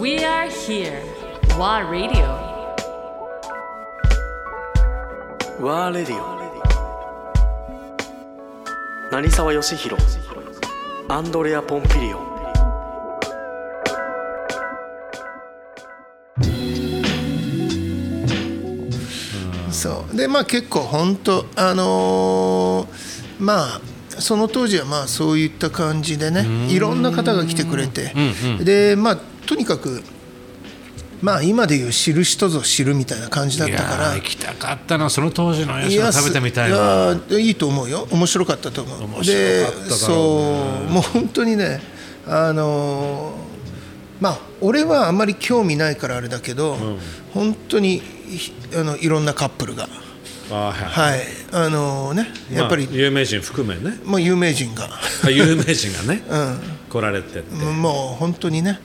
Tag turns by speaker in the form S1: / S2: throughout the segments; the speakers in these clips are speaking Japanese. S1: We are here. WA Radio.
S2: ワーレディオ成沢義弘アンドレア・ポンピリオ
S3: そうでまあ結構本当あのーまあその当時はまあそういった感じでねいろんな方が来てくれて、でまあとにかくまあ今でいう知る人ぞ知るみたいな感じだっ
S4: い
S3: た
S4: や
S3: から
S4: ー行きたかったなその当時の
S3: い
S4: 吉
S3: や
S4: 野食べてみたいわ
S3: やーいいと思うよ面白かったと思う
S4: 面白かっただろうね
S3: でそうもう本当にねあのーまあ俺はあまり興味ないからあれだけど、本当にひあのいろんなカップルが
S4: あーはい
S3: はいあのーねやっぱり、
S4: まあ有名人含めね
S3: まあ、有名人が、
S4: あ有名人が ね来られてって
S3: もう本当にね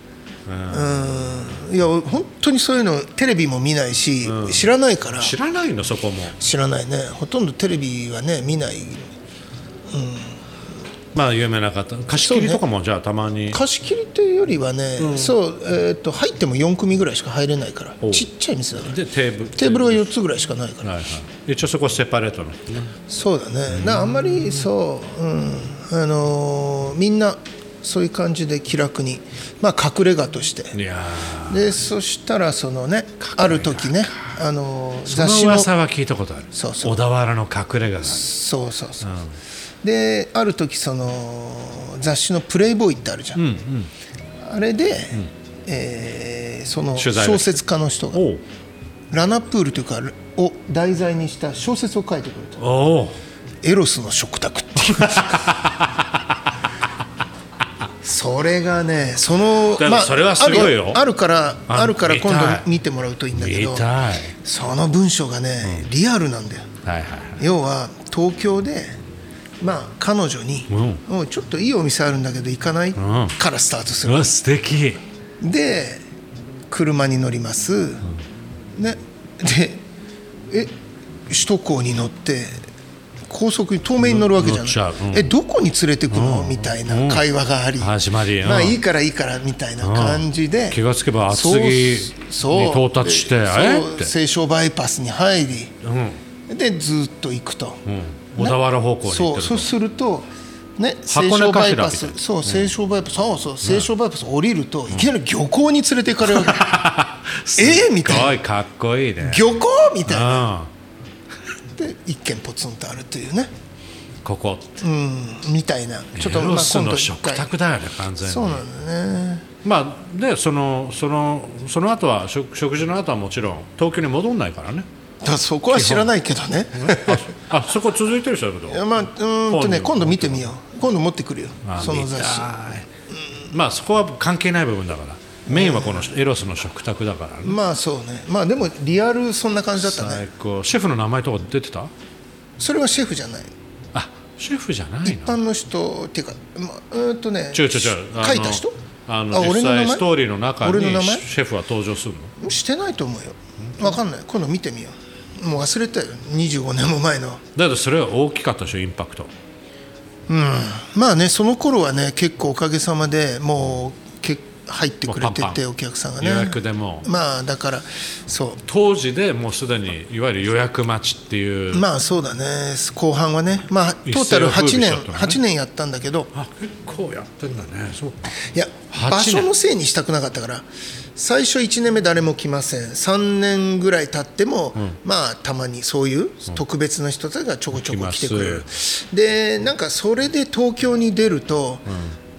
S3: うんいや本当にそういうのテレビも見ないし、知らないから
S4: 知らないのそこも
S3: 知らないねほとんどテレビはね見ない
S4: まあ有名な方貸し切りとかもじゃあたまに
S3: 貸し切りというよりはね、そう、えー、と入っても4組ぐらいしか入れないから
S4: おう
S3: ちっちゃい店だから
S4: でテーブル
S3: テーブルは4つぐらいしかないから、
S4: はいはい一応そこセパレートのね
S3: そうだねなあんまりそう、うんあのーみんなそういう感じで気楽に、まあ、隠れ家として
S4: いやー
S3: でそしたらそのねある時ね、あのー雑
S4: そ
S3: 誌
S4: の
S3: の
S4: 噂は聞いたことある
S3: そうそう
S4: 小田原の隠れ家が
S3: そうそうそう、である時その雑誌の「プレイボーイ」ってあるじゃん、あれで、えーその
S4: 取材を
S3: 小説家の人が
S4: おう
S3: ラナプールというかを題材にした小説を書いてくれた
S4: おう
S3: 「エロスの食卓」っていう それがねその
S4: でもそれはすごいよ
S3: あるあるから
S4: あ
S3: あるから
S4: 見たい
S3: 今度見てもらうといいんだけ
S4: 見
S3: ど
S4: たい
S3: その文章がね、リアルなんだよ
S4: はいはい
S3: 要は東京でまあ彼女に、おいちょっといいお店あるんだけど行かない、
S4: ん
S3: からスタートす
S4: う
S3: る
S4: わ素敵
S3: で車に乗ります、ねでえ首都高に乗って高速に東名に乗るわけじゃ
S4: 乗
S3: な
S4: っ
S3: い、
S4: ちゃううん
S3: えどこに連れてくの、みたいな会話があり、
S4: 始まりうん
S3: まあいいからいいからみたいな感じで、
S4: 気がつけば厚木
S3: そう
S4: に到達して
S3: そう
S4: えって
S3: 西湘バイパスに入り
S4: うん
S3: でずっと行くと、
S4: 小田原方向に行っ
S3: そう
S4: てる
S3: そう
S4: と
S3: するとね
S4: 箱根
S3: 西湘バイパ
S4: 頭み
S3: ス
S4: たいな
S3: そう西湘バイパス、そうそう西湘バイパス降りると、いきなり漁港に連れて行かれ るわけえーみ
S4: す
S3: た
S4: ご
S3: い
S4: いかっこいいね
S3: な漁港みたいな
S4: あ
S3: で一軒ポツンとあるというね
S4: あここ
S3: うんみたいなちょっと
S4: エロ
S3: まあ
S4: ス
S3: 今
S4: の
S3: 度一
S4: 食
S3: 回
S4: 卓だよね完全に
S3: そうなんだね
S4: まあでそのそのその後は食食事の後はもちろん東京に戻んないからね
S3: だからそこは知らないけどね
S4: あそこ続いてるそういうこ
S3: いや
S4: と
S3: まあうーんとね今度見てみよう今度持ってくるよ
S4: あ
S3: その雑誌
S4: 見たいまあそこは関係ない部分だからメインはこのエロスの食卓だからね
S3: まあそうねまあでもリアルそんな感じだった
S4: 最
S3: ね
S4: 高シェフの名前とか出てた
S3: それはシェフじゃない
S4: あシェフじゃない
S3: 一
S4: の
S3: 般の人っていうか、まあ、うーんとね
S4: 違う違う違うあの
S3: 書いた人
S4: あの実際ストーリーの中に
S3: 俺の名前
S4: シェフは登場するの
S3: してないと思うよ分かんない今度見てみようもう忘れたよ25年も前の
S4: だけどそれは大きかったでしょインパクト
S3: まあねその頃はね結構おかげさまでもうけ入ってくれて
S4: もうパンパ
S3: て
S4: ン
S3: お客さんがね
S4: 予約でも
S3: まあだからそ
S4: 当時でもうすでにいわゆる予約待ちってい
S3: う
S4: う
S3: まあそうだね後半はねまあトータル
S4: 一世を風
S3: 8年
S4: 靡しちゃったのね
S3: 8年やったんだけど
S4: あ結構やってんだねそうか
S3: いや
S4: 8年
S3: 場所のせいにしたくなかったから最初1年目誰も来ません3年ぐらい経っても、まあたまにそういう特別な人たちがちょこちょこ来てくれ
S4: 来
S3: る
S4: ま
S3: でなんかそれで東京に出ると、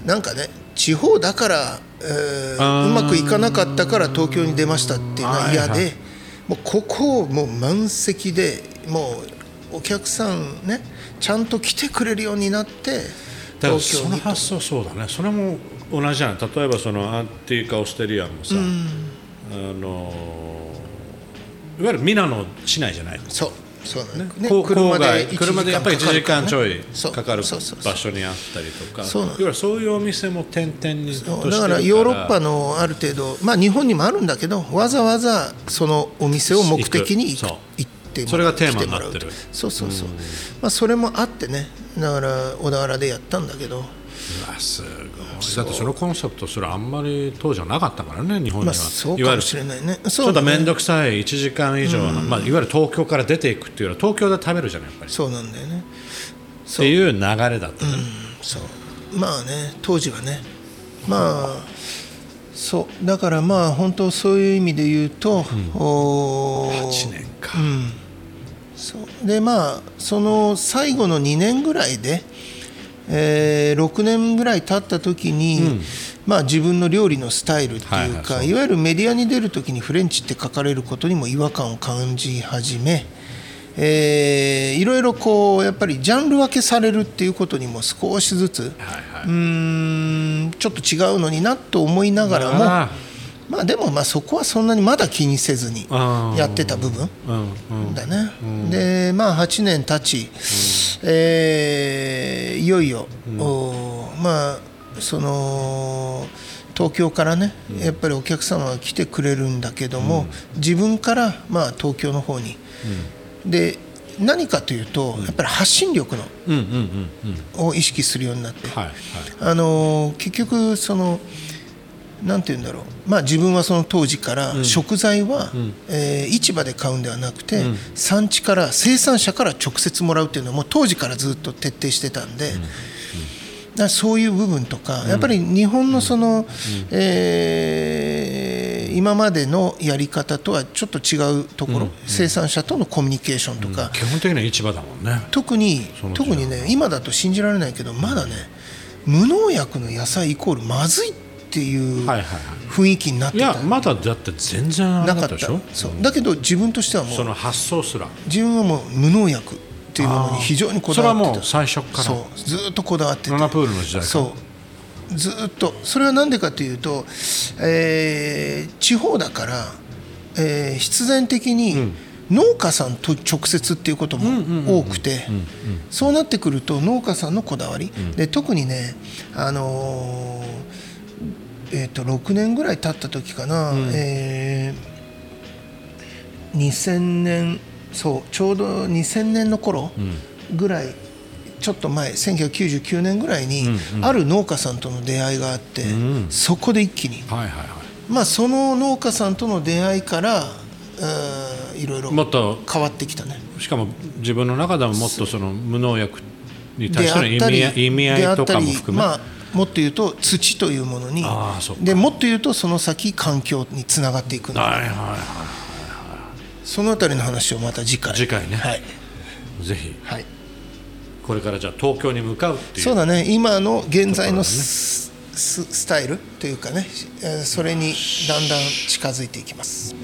S3: なんかね地方だから、えー
S4: あー
S3: うまくいかなかったから東京に出ましたっていうのは嫌で、
S4: はいは
S3: もうここをもう満席でもうお客さんねちゃんと来てくれるようになって
S4: だから
S3: 東京
S4: その
S3: に
S4: 発想そうだねそれも同じじゃない例えばそのアンティーカ・オステリアもさ、あのいわゆるミラノ市内じゃない
S3: そうそうなの
S4: こう郊外
S3: 一
S4: 車でやっぱり1時間ちょい
S3: そう
S4: かかる
S3: そ
S4: 場
S3: うそうそう
S4: 所にあったりとか
S3: そう
S4: い
S3: な
S4: わ
S3: の
S4: ゆるそういうお店も点々にとしてる
S3: だからヨーロッパのある程度まあ日本にもあるんだけどわざわざそのお店を目的に行く
S4: 行くそう
S3: 行っても
S4: それがテーマになって
S3: 来
S4: る
S3: もらうとそうそうそうまあそれもあってねだから小田原でやったんだけど
S4: わすごいだってそのコンセプトすらあんまり当時はなかったからね日本に
S3: ま
S4: は、
S3: あそう
S4: い
S3: かも
S4: わゆる
S3: し
S4: ち
S3: れないね
S4: ょ
S3: そ
S4: っ
S3: う
S4: と
S3: だね
S4: 面倒くさい1時間以上、まあ、いわゆる東京から出ていくっていうのは東京で食べるじゃないやっぱりっ
S3: そうなんだよね
S4: ていう流れだったね、
S3: そうまあね当時はねまあそうだからまあ本当そういう意味で言うと、おー
S4: 1年か、
S3: そうでまあその最後の2年ぐらいで、えー6年ぐらい経った時に、まあ、自分の料理のスタイルっていうか、
S4: はい
S3: い
S4: はいそう
S3: わゆるメディアに出る時にフレンチって書かれることにも違和感を感じ始め、えーいろいろこうやっぱりジャンル分けされるっていうことにも少しずつ、
S4: はいうはい
S3: ーんちょっと違うのになと思いながらも
S4: あ
S3: まあでもまあそこはそんなにまだ気にせずに
S4: あー
S3: やってた部分
S4: うんうん
S3: だね、でまあ8年経ち、えーいよいよ、おーまあその東京からねやっぱりお客様が来てくれるんだけども、自分からまあ東京の方に、で何かというとやっぱり発信力の
S4: うんうんうんうん
S3: を意識するようになって、
S4: はいはい
S3: あのー結局そのなんて言うんだろう、まあ、自分はその当時から食材は、えー市場で買うんではなくて、産地から生産者から直接もらうっていうのはもう当時からずっと徹底してたんで。だからそういう部分とか、やっぱり日本のその、えー今までのやり方とはちょっと違うところ、生産者とのコミュニケーションとか、
S4: 基本的には市場だもんね
S3: 特に
S4: その時代
S3: 特にね今だと信じられないけどまだね無農薬の野菜イコールまずいっていう
S4: はいはいはい
S3: 雰囲気になっ
S4: い
S3: てた、
S4: やまだだって全然あれ
S3: な
S4: だ
S3: かっ
S4: っ
S3: たた
S4: でしょ
S3: そうだけど自分としてはも
S4: そうの発想すら
S3: 自分はもう無農薬っていうものに非常にこだわって
S4: それはも
S3: た
S4: う最初から
S3: そうずーっとこだわってて
S4: ロナプールの時代から
S3: そうずーっとそれは何でかというと、えー地方だから、えー必然的に農家さんと直接っていうことも多くてそうなってくると農家さんのこだわり、で特にねあのーえー、と6年ぐらい経った時かな、えー2000年そうちょうど2000年の頃ぐらい、ちょっと前1999年ぐらいに、ある農家さんとの出会いがあって、そこで一気に、
S4: はいはいは
S3: まあ、その農家さんとの出会いからうんいろいろ
S4: いもっと
S3: 変わってきたね。
S4: しかも自分の中でももっとその無農薬に対
S3: で
S4: しての意味合い意味合いとかも含め、
S3: まあ、もっと言うと土というものに
S4: あーそっか
S3: でもっと言うとその先環境につながっていくの
S4: はいはいは
S3: そのあたりの話をまた次回
S4: 次回ね
S3: はい、
S4: いぜひ
S3: はい
S4: これからじゃあ東京に向かうっていう
S3: そうだね今の現在の
S4: ところだね
S3: ス,ス、スタイルというかねえーそれにだんだん近づいていきます。